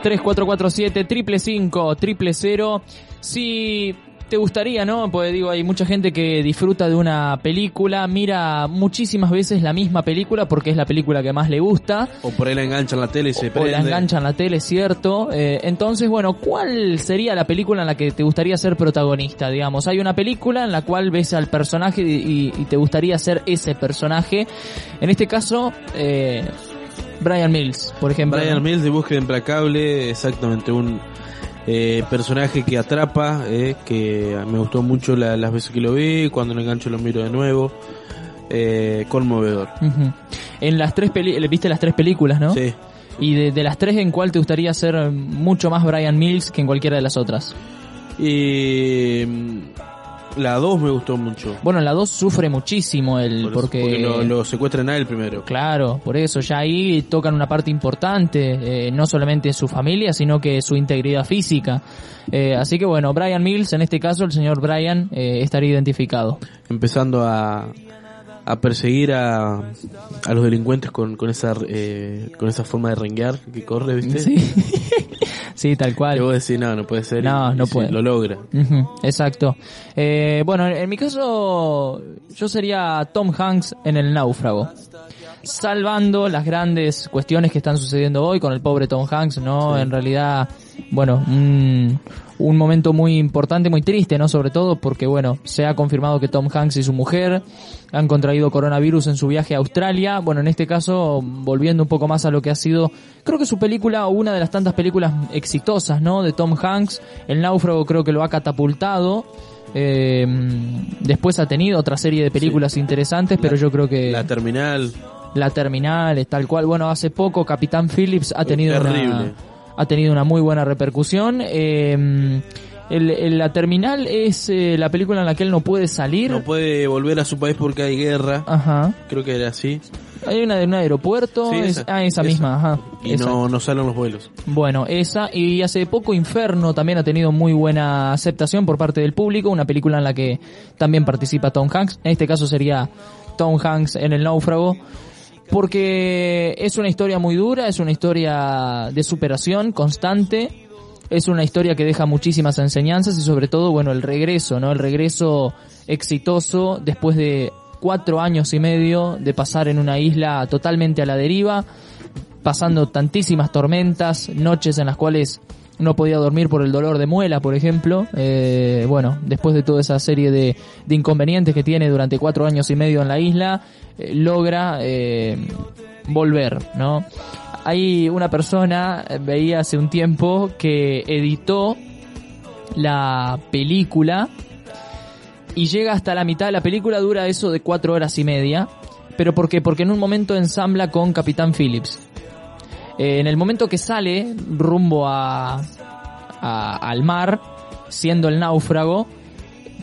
3447 555 000. Si te gustaría, ¿no? Porque digo, hay mucha gente que disfruta de una película, mira muchísimas veces la misma película porque es la película que más le gusta. O por ahí la enganchan la tele y se O prende. la enganchan la tele, ¿cierto? Eh, entonces, bueno, ¿cuál sería la película en la que te gustaría ser protagonista, digamos? Hay una película en la cual ves al personaje y, y- y te gustaría ser ese personaje. En este caso, eh, Brian Mills, por ejemplo. Brian ¿no? Mills de Búsqueda Implacable, exactamente un eh, personaje que atrapa, eh, que me gustó mucho la- las veces que lo vi, cuando lo engancho lo miro de nuevo. Eh, conmovedor. Ujú. En las tres peli le viste las tres películas, ¿no? Sí. Y de, de las tres, ¿en cuál te gustaría ser eh, mucho más Brian Mills que en cualquiera de las otras? Y mm, la 2 me gustó mucho. Bueno, en la 2 sufre muchísimo él, Por eso, Mm, porque... lo, lo secuestran a él primero. Claro, por eso ya ahí tocan una parte importante, eh, no solamente su familia, sino que su integridad física. Eh, así que bueno, Brian Mills, en este caso el señor Brian, eh, estaría identificado. Empezando a, a perseguir a, a los delincuentes con, con esa eh, con esa forma de renguear que corre, ¿viste? Sí, sí tal cual. Y vos decís, no, no puede ser. No, y- y no sí, puede. Lo logra. Ujú, Exacto. Eh, bueno, en, en mi caso, yo sería Tom Hanks en El Náufrago. Salvando las grandes cuestiones que están sucediendo hoy con el pobre Tom Hanks, ¿no? En realidad, bueno, un, un momento muy importante, muy triste, ¿no? Sobre todo porque, bueno, se ha confirmado que Tom Hanks y su mujer han contraído coronavirus en su viaje a Australia. Bueno, en este caso, volviendo un poco más a lo que ha sido, creo que su película, o una de las tantas películas exitosas, ¿no? De Tom Hanks. El náufrago creo que lo ha catapultado. Eh, después ha tenido otra serie de películas interesantes, pero yo creo que La terminal. la terminal es tal cual. Bueno, hace poco Capitán Phillips ha tenido una, Terrible. ha tenido una muy buena repercusión. Eh, el- el- la terminal es eh, la película en la que él no puede salir. No puede volver a su país porque hay guerra. Ajá. Creo que era así. Hay una de un aeropuerto. Sí, es- esa, ah, esa, esa. misma, ajá. Y Esa. no, no salen los vuelos. Bueno, esa. Y hace poco Inferno también ha tenido muy buena aceptación por parte del público. Una película en la que también participa Tom Hanks. En este caso sería Tom Hanks en El Náufrago. Porque es una historia muy dura, es una historia de superación constante. Es una historia que deja muchísimas enseñanzas y sobre todo, bueno, el regreso, ¿no? El regreso exitoso después de cuatro años y medio de pasar en una isla totalmente a la deriva, pasando tantísimas tormentas, noches en las cuales no podía dormir por el dolor de muela, por ejemplo. Eh, bueno, después de toda esa serie de, de inconvenientes que tiene durante cuatro años y medio en la isla, eh, logra eh, volver, ¿no? Hay una persona, eh, veía hace un tiempo, que editó la película y llega hasta la mitad de la película, dura eso de cuatro horas y media. ¿Pero por qué? Porque en un momento ensambla con Capitán Phillips. Eh, en el momento que sale rumbo a, a- al mar, siendo el náufrago,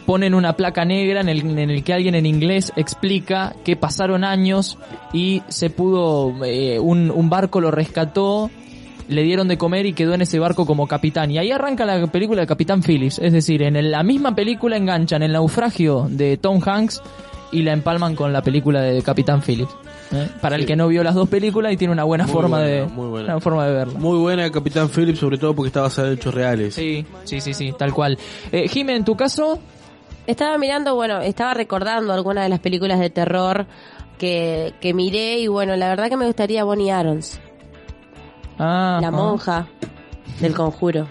ponen una placa negra en el, en el que alguien en inglés explica que pasaron años y se pudo, eh, un, un barco lo rescató, le dieron de comer y quedó en ese barco como capitán. Y ahí arranca la película de Capitán Phillips, es decir, en el- la misma película enganchan el naufragio de Tom Hanks y la empalman con la película de Capitán Phillips. ¿eh? Para el Sí. que no vio las dos películas y tiene una buena Muy forma buena, de muy buena. una forma de verla. Muy buena Capitán Phillips, sobre todo porque está basada en hechos reales. Sí, sí, sí, sí, tal cual. Eh, Jime, en tu caso, Estaba mirando, bueno, estaba recordando algunas de las películas de terror que, que miré y bueno, la verdad que me gustaría Bonnie Arons, ah, la ah, monja del conjuro.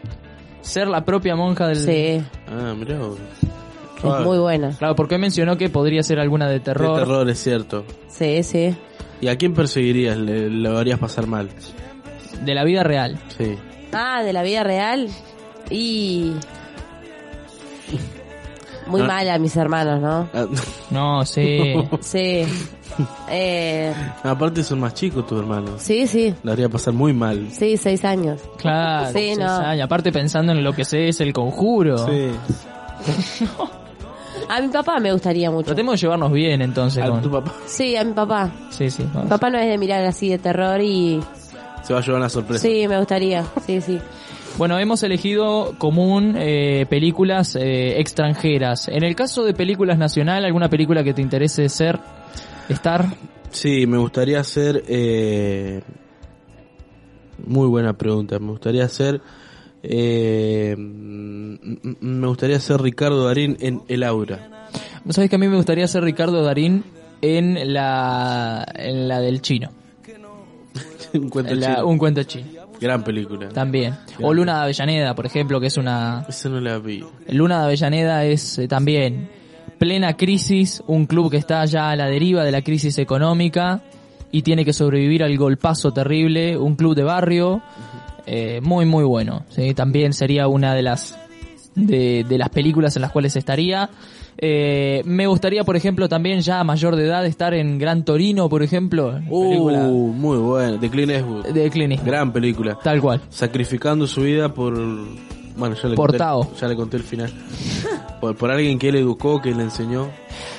ser la propia monja del. Sí, Ah, mirá. vos. es Suave. muy buena. Claro, porque mencionó que podría ser alguna de De terror. terror, es cierto. Sí, sí. ¿Y a quién perseguirías? Le, lo harías pasar mal. de la vida real. Sí. Ah, de la vida real. Y... Muy No. mal a mis hermanos, ¿no? Ah, No, sí. Sí. Eh, Aparte son más chicos tus hermanos. sí, sí. La haría pasar muy mal. Sí, seis años. Claro, Sí, sí, no. sí. Y aparte pensando en lo que sé es el conjuro. A mi papá me gustaría mucho. Tratemos de llevarnos bien entonces. A con- tu papá Sí, a mi papá. Sí, sí. Mi vamos. papá no es de mirar así de terror y... se va a llevar una sorpresa. Sí, me gustaría. Sí, sí. Bueno, hemos elegido común eh, películas eh, extranjeras. En el caso de películas nacional, ¿alguna película que te interese ser, estar? Sí, me gustaría hacer. eh, Muy buena pregunta. Me gustaría hacer. eh, mm, mm, Me gustaría hacer Ricardo Darín en El Aura. ¿Sabes que a mí me gustaría ser Ricardo Darín en la, en la del chino? Un cuento La- chino. un cuento chino, Gran película. también. O Luna de Avellaneda, por ejemplo, que es una... Esa no la vi. Luna de Avellaneda es eh, también plena crisis, un club que está ya a la deriva de la crisis económica y tiene que sobrevivir al golpazo terrible, un club de barrio eh, muy muy bueno. ¿sí? También sería una de las de, de las películas en las cuales estaría. Eh, me gustaría, por ejemplo, también ya mayor de edad estar en Gran Torino, por ejemplo, película Uh, muy buena. De Clint Eastwood. de Clint Eastwood. Gran película. Tal cual. Sacrificando su vida por. Bueno, ya le, Por conté, Tao. ya le conté el final. por, por alguien que él educó, que le enseñó.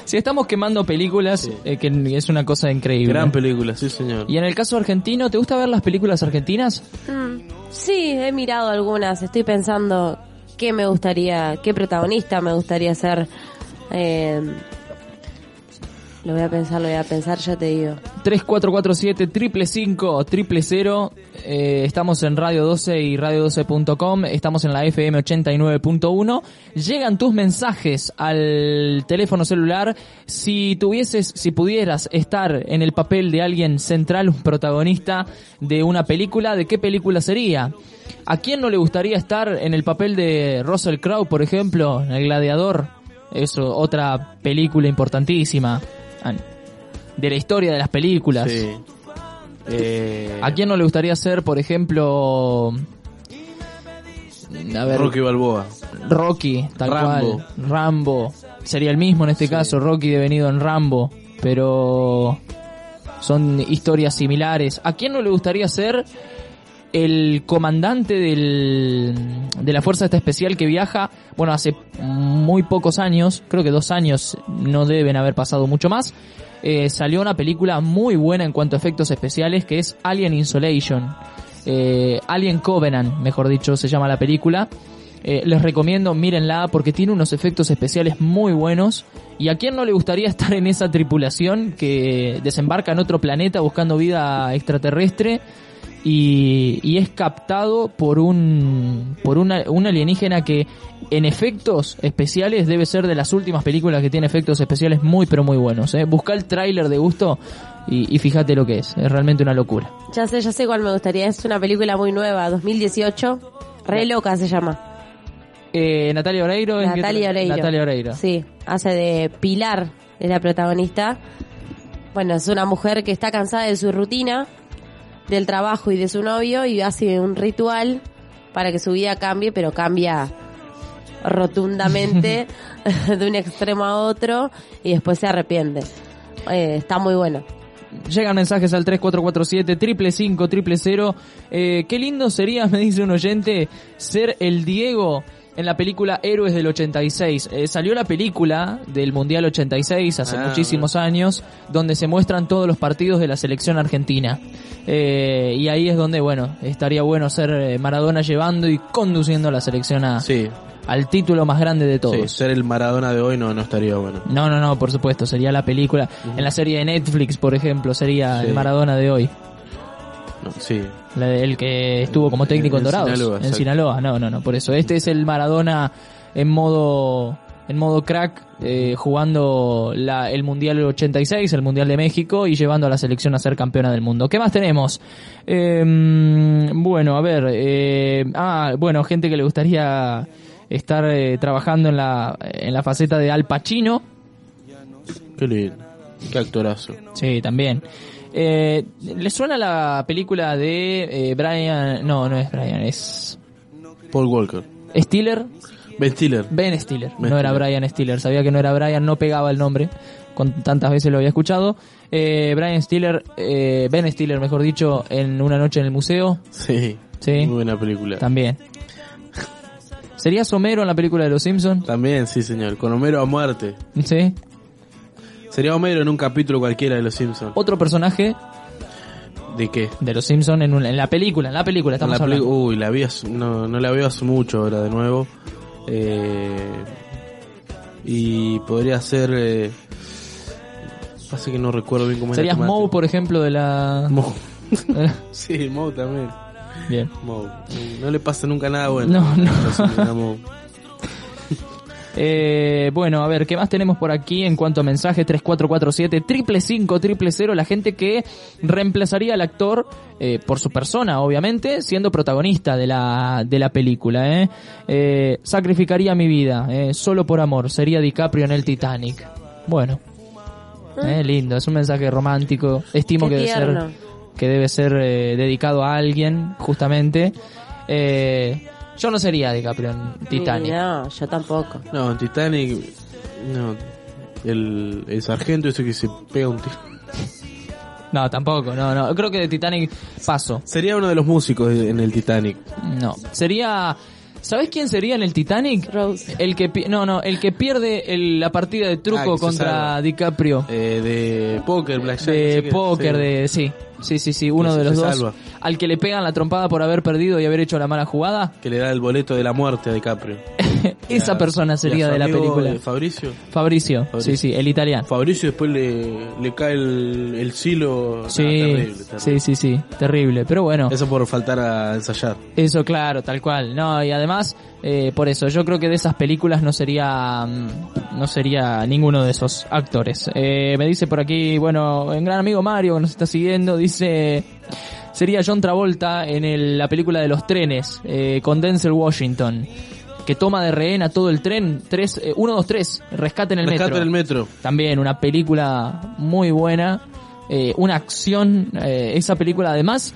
Si estamos quemando películas, eh, que es una cosa increíble. Gran película, sí, señor. Y en el caso argentino, ¿te gusta ver las películas argentinas? Mm, Sí, he mirado algunas. Estoy pensando qué me gustaría, qué protagonista me gustaría ser. Eh, lo voy a pensar, lo voy a pensar, ya te digo. 3447 555 000. Eh, estamos en Radio 12 y radio12.com. Estamos en la FM 89.1. Llegan tus mensajes al teléfono celular. Si tuvieses, si pudieras estar en el papel de alguien central, un protagonista de una película, ¿de qué película sería? ¿A quién no le gustaría estar en el papel de Russell Crowe, por ejemplo, en El Gladiador? Eso, otra película importantísima. An- de la historia de las películas. Sí. Eh, ¿A quién no le gustaría ser, por ejemplo, a ver, Rocky Balboa. Rocky, tal Rambo. cual, Rambo? Sería el mismo en este caso, Rocky devenido en Rambo, pero son historias similares. ¿A quién no le gustaría ser el comandante del, de la fuerza esta especial que viaja, bueno, hace muy pocos años, creo que dos años, no deben haber pasado mucho más, eh, salió una película muy buena en cuanto a efectos especiales que es Alien Insolation, eh, Alien Covenant, mejor dicho, se llama la película. Eh, les recomiendo, mírenla porque tiene unos efectos especiales muy buenos. ¿Y a quién no le gustaría estar en esa tripulación que desembarca en otro planeta buscando vida extraterrestre? y, y es captado por un por una, un alienígena que en efectos especiales debe ser de las últimas películas que tiene efectos especiales muy pero muy buenos. ¿eh? Busca el tráiler de gusto y, y fíjate lo que es. Es realmente una locura. Ya sé, ya sé cuál me gustaría. Es una película muy nueva, 2018. Re loca se llama. Eh, Natalia Oreiro. ¿en qué Natalia tra- Oreiro. Natalia Oreiro. Sí, hace de Pilar, es la protagonista. Bueno, es una mujer que está cansada de su rutina, del trabajo y de su novio y hace un ritual para que su vida cambie, pero cambia rotundamente de un extremo a otro y después se arrepiente. Eh, está muy bueno. Llegan mensajes al 3447 triple cero Eh, qué lindo sería, me dice un oyente, ser el Diego en la película Héroes del 86. Eh, salió la película del Mundial 86 hace Ah, muchísimos años, donde se muestran todos los partidos de la selección argentina. Eh, y ahí es donde, bueno, estaría bueno ser eh, Maradona llevando y conduciendo a la selección a- Sí, al título más grande de Ah, todos. sí, ser el Maradona de hoy no, no estaría bueno. No, no, no, por supuesto, sería la película. En la serie de Netflix, por ejemplo, sería Sí. el Maradona de hoy. No, sí, La de- el que estuvo como técnico en, En- en Dorados. Sinaloa, en exacto. Sinaloa, no, no, no, por eso. Este es el Maradona en modo en modo crack, eh, jugando la, el Mundial 86, el Mundial de México y llevando a la selección a ser campeona del mundo. ¿Qué más tenemos? Eh, bueno, a ver. eh, ah, bueno, gente que le gustaría estar eh, trabajando en la, en la faceta de Al Pacino. qué lindo. Qué actorazo. Sí, también. Eh, ¿Le suena la película de eh, Brian? No, no es Brian, es Paul Walker. Stiller. Ben Stiller. Ben Stiller, Ben no era Stiller. Brian Stiller, sabía que no era Brian, no pegaba el nombre, con tantas veces lo había escuchado. Eh, Brian Stiller, eh, Ben Stiller, mejor dicho, en Una noche en el museo, Sí. Sí. Muy buena película. también. ¿Sería Homero en la película de Los Simpsons? También, sí, señor. Con Homero a muerte. Sí. Sería Homero en un capítulo cualquiera de Los Simpsons. Otro personaje ¿De qué? de Los Simpsons en, un- en la película, en la película Oh. estamos En la peli- hablando. Uy, la vi hace- no, no la veo hace mucho ahora de nuevo. Eh, y podría ser... eh, pasa que no recuerdo bien cómo es la ¿Serías temática. Moe, por ejemplo, de la... Moe. sí, Moe también. Bien. Moe. No le pasa nunca nada bueno. No, no. Pero sí, era Moe. Eh, bueno, a ver, ¿qué más tenemos por aquí en cuanto a mensajes? 3447 triple cero la gente que reemplazaría al actor eh, por su persona, obviamente, siendo protagonista de la, de la película. ¿eh? Eh, sacrificaría mi vida, eh, solo por amor, sería DiCaprio en el Titanic. Bueno, eh, lindo, es un mensaje romántico, estimo Ah. Qué que debe ser tierno. que debe ser eh, dedicado a alguien, justamente. Eh, yo no sería DiCaprio en Titanic. No, yo tampoco. No, en Titanic... No. El, el sargento ese que se pega un tiro. No, tampoco, no, no. Creo que de Titanic paso. Sería uno de los músicos de- en el Titanic. No. Sería. ¿Sabés quién sería en el Titanic? Rose. El que pi- no, no, el que pierde el- la partida de Ah, que truco se contra salva. DiCaprio. Eh, de póker, blackjack. no sé De qué, póker, sí. de. Sí, sí, sí, sí, uno de Que se- los se dos. salva. Al que le pegan la trompada por haber perdido y haber hecho la mala jugada. Que le da el boleto de la muerte a DiCaprio. Esa Y a- persona y a sería su de la amigo, película. eh, Fabricio. Fabricio, Fabricio. sí, sí, el italiano. Fabricio después le, le cae el, el silo. Sí, Ah, terrible, terrible. sí, sí, sí, terrible. Pero bueno. Eso por faltar a ensayar. Eso, claro, tal cual. No, y además, eh, por eso, yo creo que de esas películas no sería, mm, no sería ninguno de esos actores. Eh, me dice por aquí, bueno, un gran amigo Mario que nos está siguiendo, dice, sería John Travolta en el- la película de los trenes, eh, con Denzel Washington, que toma de rehén a todo el tren, tres, eh, uno, dos, tres, rescate en el Rescate metro. en el metro. También una película muy buena, eh, una acción, eh, esa película además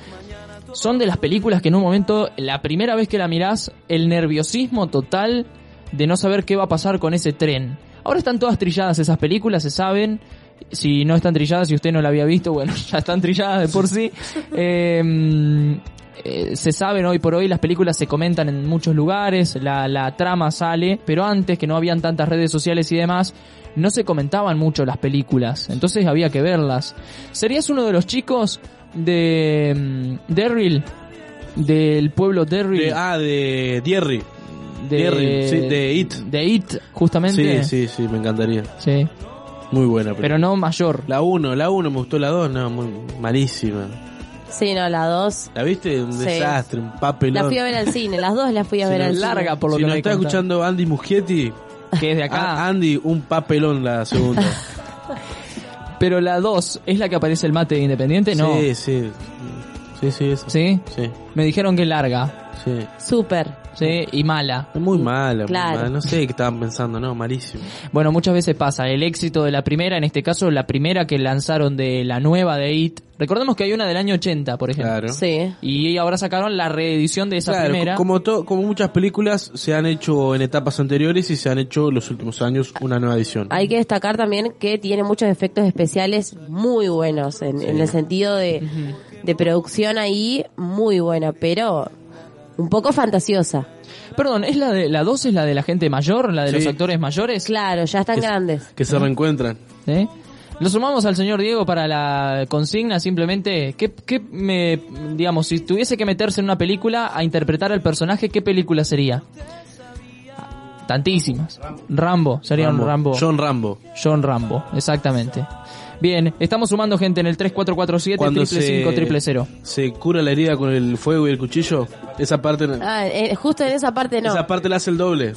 son de las películas que en un momento, la primera vez que la mirás, el nerviosismo total de no saber qué va a pasar con ese tren. Ahora están todas trilladas esas películas, se saben. Si no están trilladas, si usted no la había visto, bueno, ya están trilladas de por sí. Eh, eh, se saben hoy por hoy, las películas se comentan en muchos lugares, la, la trama sale, pero antes que no habían tantas redes sociales y demás, no se comentaban mucho las películas, entonces había que verlas. ¿Serías uno de los chicos de mm, Derryl? Del pueblo Derryl. De- ah, de Dierry. Derry, sí, de It. De It, justamente. Sí, sí, sí, me encantaría. Sí, Muy buena. película. pero no mayor. La 1, la 1 me gustó, la 2, no, muy, malísima. Sí, no, la dos. ¿La viste? Un Sí. desastre, un papelón. La fui a ver al cine, las dos las fui a Si ver no- al cine. larga, por lo si que nos me está Ah, contaron. escuchando Andy Muschietti, Que es de a- acá. Andy, un papelón la segunda. Pero la 2, ¿es la que aparece el mate de Independiente? No. Sí, sí. Sí, sí, eso. ¿Sí? Sí, Me dijeron que es larga. sí. Súper. Sí, y mala. Es muy mala, muy Claro. mala. No sé qué estaban pensando, no, malísimo. Bueno, muchas veces pasa. El éxito de la primera, en este caso la primera que lanzaron de la nueva de It. Recordemos que hay una del año 80, por ejemplo. Claro. Sí. Y ahora sacaron la reedición de esa Claro, primera. como, to- como muchas películas se han hecho en etapas anteriores y se han hecho los últimos años una nueva edición. Hay que destacar también que tiene muchos efectos especiales muy buenos, en, en el sentido de, de producción ahí muy buena, pero un poco fantasiosa. Perdón, ¿es la de la 2 es la de la gente mayor, la de Sí. los actores mayores? Claro, ya están Que se- grandes. Que se reencuentran. ¿Eh? Lo sumamos al señor Diego para la consigna, simplemente, ¿qué, qué me, digamos, si tuviese que meterse en una película a interpretar al personaje, ¿qué película sería? Tantísimas. Rambo, sería un Rambo. John Rambo. John Rambo, exactamente. Bien, estamos sumando gente en el 3447 triple cero. se cura la herida con el fuego y el cuchillo, esa parte Ah, eh, justo en esa parte no. esa parte la hace el doble.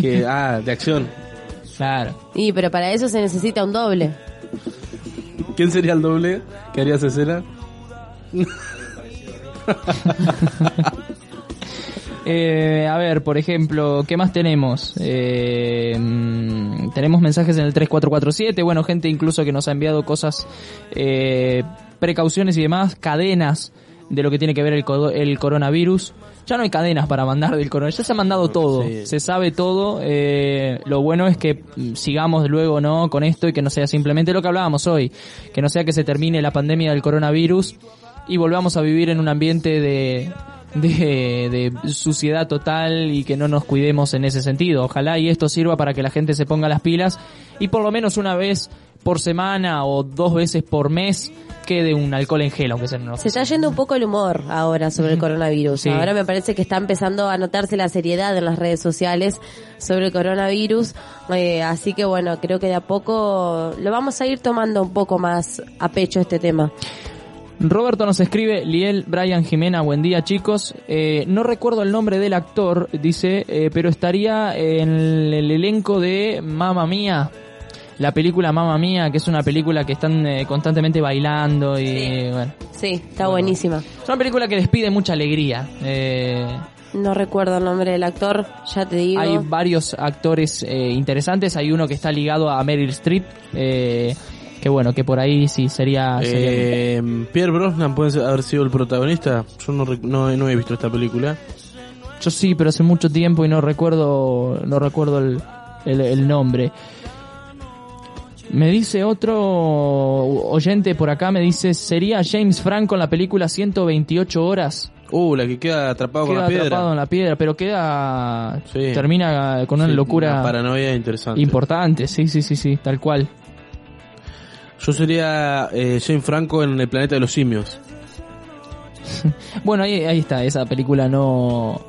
que ah, de acción. Claro. Y pero para eso se necesita un doble. ¿Quién sería el doble que haría esa escena? Eh, a ver, por ejemplo, ¿qué más tenemos? Eh, mm, tenemos mensajes en el 3447, bueno, gente incluso que nos ha enviado cosas, eh, precauciones y demás, cadenas de lo que tiene que ver el, co- el coronavirus. Ya no hay cadenas para mandar del coronavirus, ya se ha mandado todo, Sí. se sabe todo. eh, lo bueno es que mm, sigamos luego no con esto y que no sea simplemente lo que hablábamos hoy, que no sea que se termine la pandemia del coronavirus y volvamos a vivir en un ambiente de, de, de suciedad total y que no nos cuidemos en ese sentido. Ojalá y esto sirva para que la gente se ponga las pilas y por lo menos una vez por semana o dos veces por mes quede un alcohol en gel, aunque sea en una Se está yendo un poco el humor ahora sobre el coronavirus. Sí. Ahora me parece que está empezando a notarse la seriedad en las redes sociales sobre el coronavirus. Eh, así que bueno, creo que de a poco lo vamos a ir tomando un poco más a pecho este tema. Roberto nos escribe, Liel, Brian, Jimena, buen día chicos. Eh, no recuerdo el nombre del actor, dice, eh, pero estaría en el elenco de Mamma Mía. La película Mamma Mía, que es una película que están eh, constantemente bailando y Sí. bueno. Sí, está Bueno. buenísima. Es una película que despide mucha alegría. Eh, No recuerdo el nombre del actor, ya te digo. hay varios actores eh, interesantes. Hay uno que está ligado a Meryl Streep. eh, que bueno, que por ahí sí sería... Ah, sería lindo. Eh, Pierre Brosnan puede ser- haber sido el protagonista. Yo no, rec- no, no he visto esta película. Yo sí, pero hace mucho tiempo y no recuerdo, no recuerdo el, el- el nombre. Me dice otro oyente por acá, me dice, sería James Franco en la película 128 horas. Uh, la que queda atrapado Queda con la piedra. atrapado en la piedra, pero queda... Sí. Termina con una Sí, locura una paranoia interesante. importante, sí, sí, sí, sí, tal cual. Yo sería eh, Jane Franco en el planeta de los simios. Bueno, ahí, ahí está, esa película no,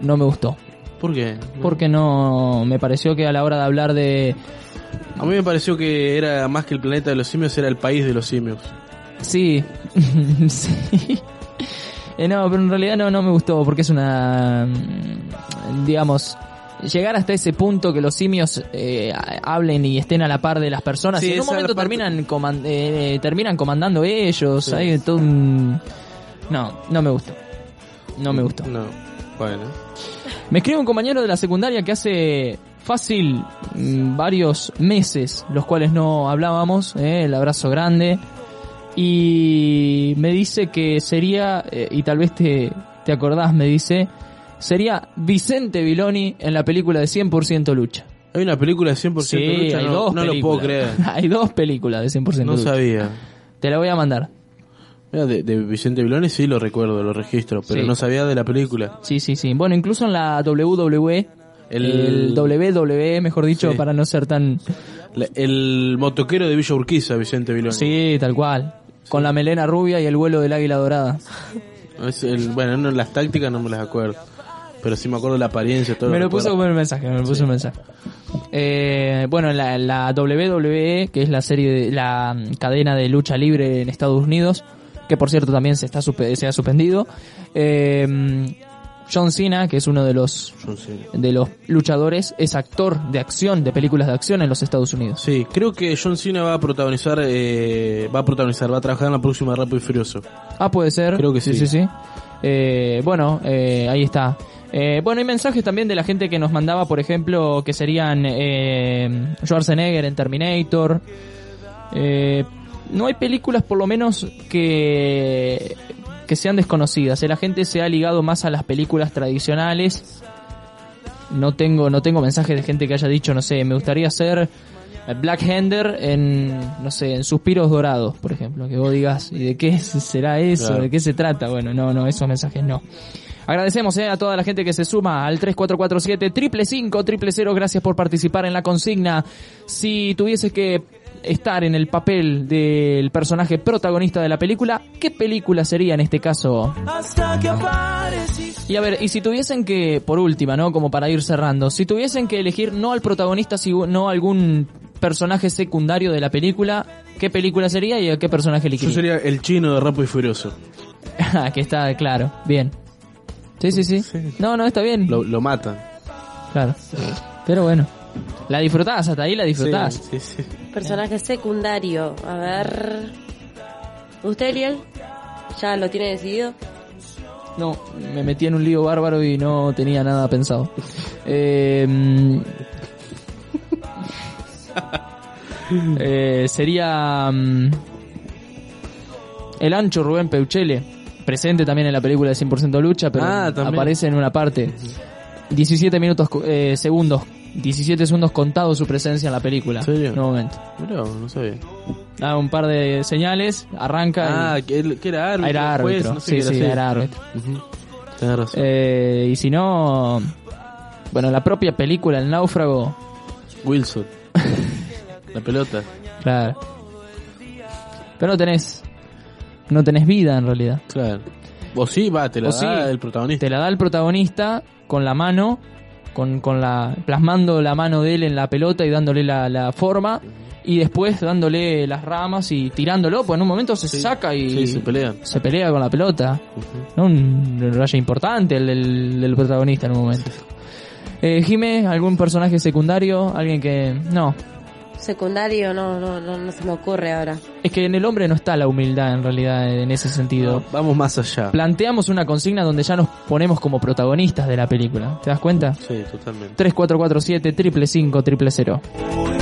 no me gustó. ¿Por qué? Porque no, me pareció que a la hora de hablar de... A mí me pareció que era más que el planeta de los simios, era el país de los simios. Sí, sí. Eh, no, pero en realidad no, no me gustó porque es una... mm, Digamos... Llegar hasta ese punto que los simios eh, ha- hablen y estén a la par de las personas. Sí, en un esa momento parte- terminan, coman- eh, terminan comandando ellos. Sí. Hay todo un- No, no me gustó. No me gustó. No. Bueno. Me escribe un compañero de la secundaria que hace fácil mm, varios meses, los cuales no hablábamos, eh, el abrazo grande, y me dice que sería, eh, y tal vez te, te acordás, me dice, sería Vicente Viloni en la película de 100% lucha. Hay una película de 100% lucha, no, no lo puedo creer. películas. hay dos películas de 100% No lucha. sabía. Te la voy a mandar. Mira, de, de Vicente Vilones sí lo recuerdo, lo registro, pero Sí. no sabía de la película. Sí, sí, sí. Bueno, incluso en la WWE, el, El- WWE, mejor dicho, Sí. para no ser tan... La- el motoquero de Villa Urquiza, Vicente Vilones. Sí, tal cual. Con la melena rubia y el vuelo del águila dorada. Es el- bueno, no, las tácticas no me las acuerdo. Pero sí me acuerdo la apariencia, todo Me lo puso recuerdo. como un mensaje, me lo puso un mensaje. Eh, bueno, la, la WWE, que es la serie, de, la mm, cadena de lucha libre en Estados Unidos, que por cierto también se, está, supe- se ha suspendido. Eh, mm, John Cena, que es uno de los, Yo sé. de los luchadores, es actor de acción, de películas de acción en los Estados Unidos. Sí, creo que John Cena va a protagonizar, eh, va a protagonizar, va a trabajar en la próxima Rápido y Furioso. Ah, puede ser. Creo que Sí, sí. sí, sí. Eh, bueno, eh, ahí está. Eh, bueno, hay mensajes también de la gente que nos mandaba, por ejemplo, que serían eh, Schwarzenegger en Terminator. Eh, no hay películas, por lo menos, que, que sean desconocidas. Eh, La gente se ha ligado más a las películas tradicionales. No tengo, no tengo mensajes de gente que haya dicho, no sé, me gustaría ser Black Hander en, no sé, en Suspiros Dorados, por ejemplo. Que vos digas, ¿y de qué será eso? Claro. ¿De qué se trata? Bueno, no, no, esos mensajes no. Agradecemos eh, a toda la gente que se suma al 3447 triple cero. Gracias por participar en la consigna. Si tuvieses que estar en el papel del personaje protagonista de la película, ¿qué película sería en este caso? Y a ver, y si tuviesen que, por última, ¿no? Como para ir cerrando, si tuviesen que elegir no al protagonista, sino algún personaje secundario de la película, ¿qué película sería y a qué personaje Yo elegiría? sería el chino de Rápido y Furioso. Ah, que está claro, bien. Sí, sí, sí. No, no, está bien. Lo, lo matan. Claro. Pero bueno. La disfrutás, hasta ahí la disfrutás. Sí, sí, sí. Personaje secundario. A ver. ¿Usted, Liel? ¿Ya lo tiene decidido? No, me metí en un lío bárbaro y no tenía nada pensado. Eh, mm, eh, sería mm, el ancho Rubén Peuchele. presente también en la película de 100% lucha, pero Ah, también. aparece en una parte. 17 minutos, cu- eh, segundos, 17 segundos contado su presencia en la película. ¿En serio? En un momento. Mirá, no sabía. Da un par de señales, arranca. Ah, y- que, él- que era árbitro. era árbitro. juez, no sé sí, qué sí, sí. era árbitro. Ujú. Tenés razón. Eh, y si no, bueno, la propia película, El Náufrago, Wilson. la pelota. claro. Pero no tenés, no tenés vida en realidad. Claro. O sí, va, te la O da sí. el protagonista. Te la da el protagonista con la mano, con, con la, plasmando la mano de él en la pelota y dándole la, la forma. Y después dándole las ramas y tirándolo, pues en un momento se saca y Sí, se pelean. se pelea con la pelota. Ujú. ¿no? Un rayo importante el del, del protagonista en un momento. Eh, Jime, ¿algún personaje secundario? Alguien que... No. Secundario no, no, no, no se me ocurre ahora. Es que en el hombre no está la humildad en realidad en ese sentido. Vamos más allá. Planteamos una consigna donde ya nos ponemos como protagonistas de la película. ¿Te das cuenta? Sí, totalmente. 3447 triple 000. Hoy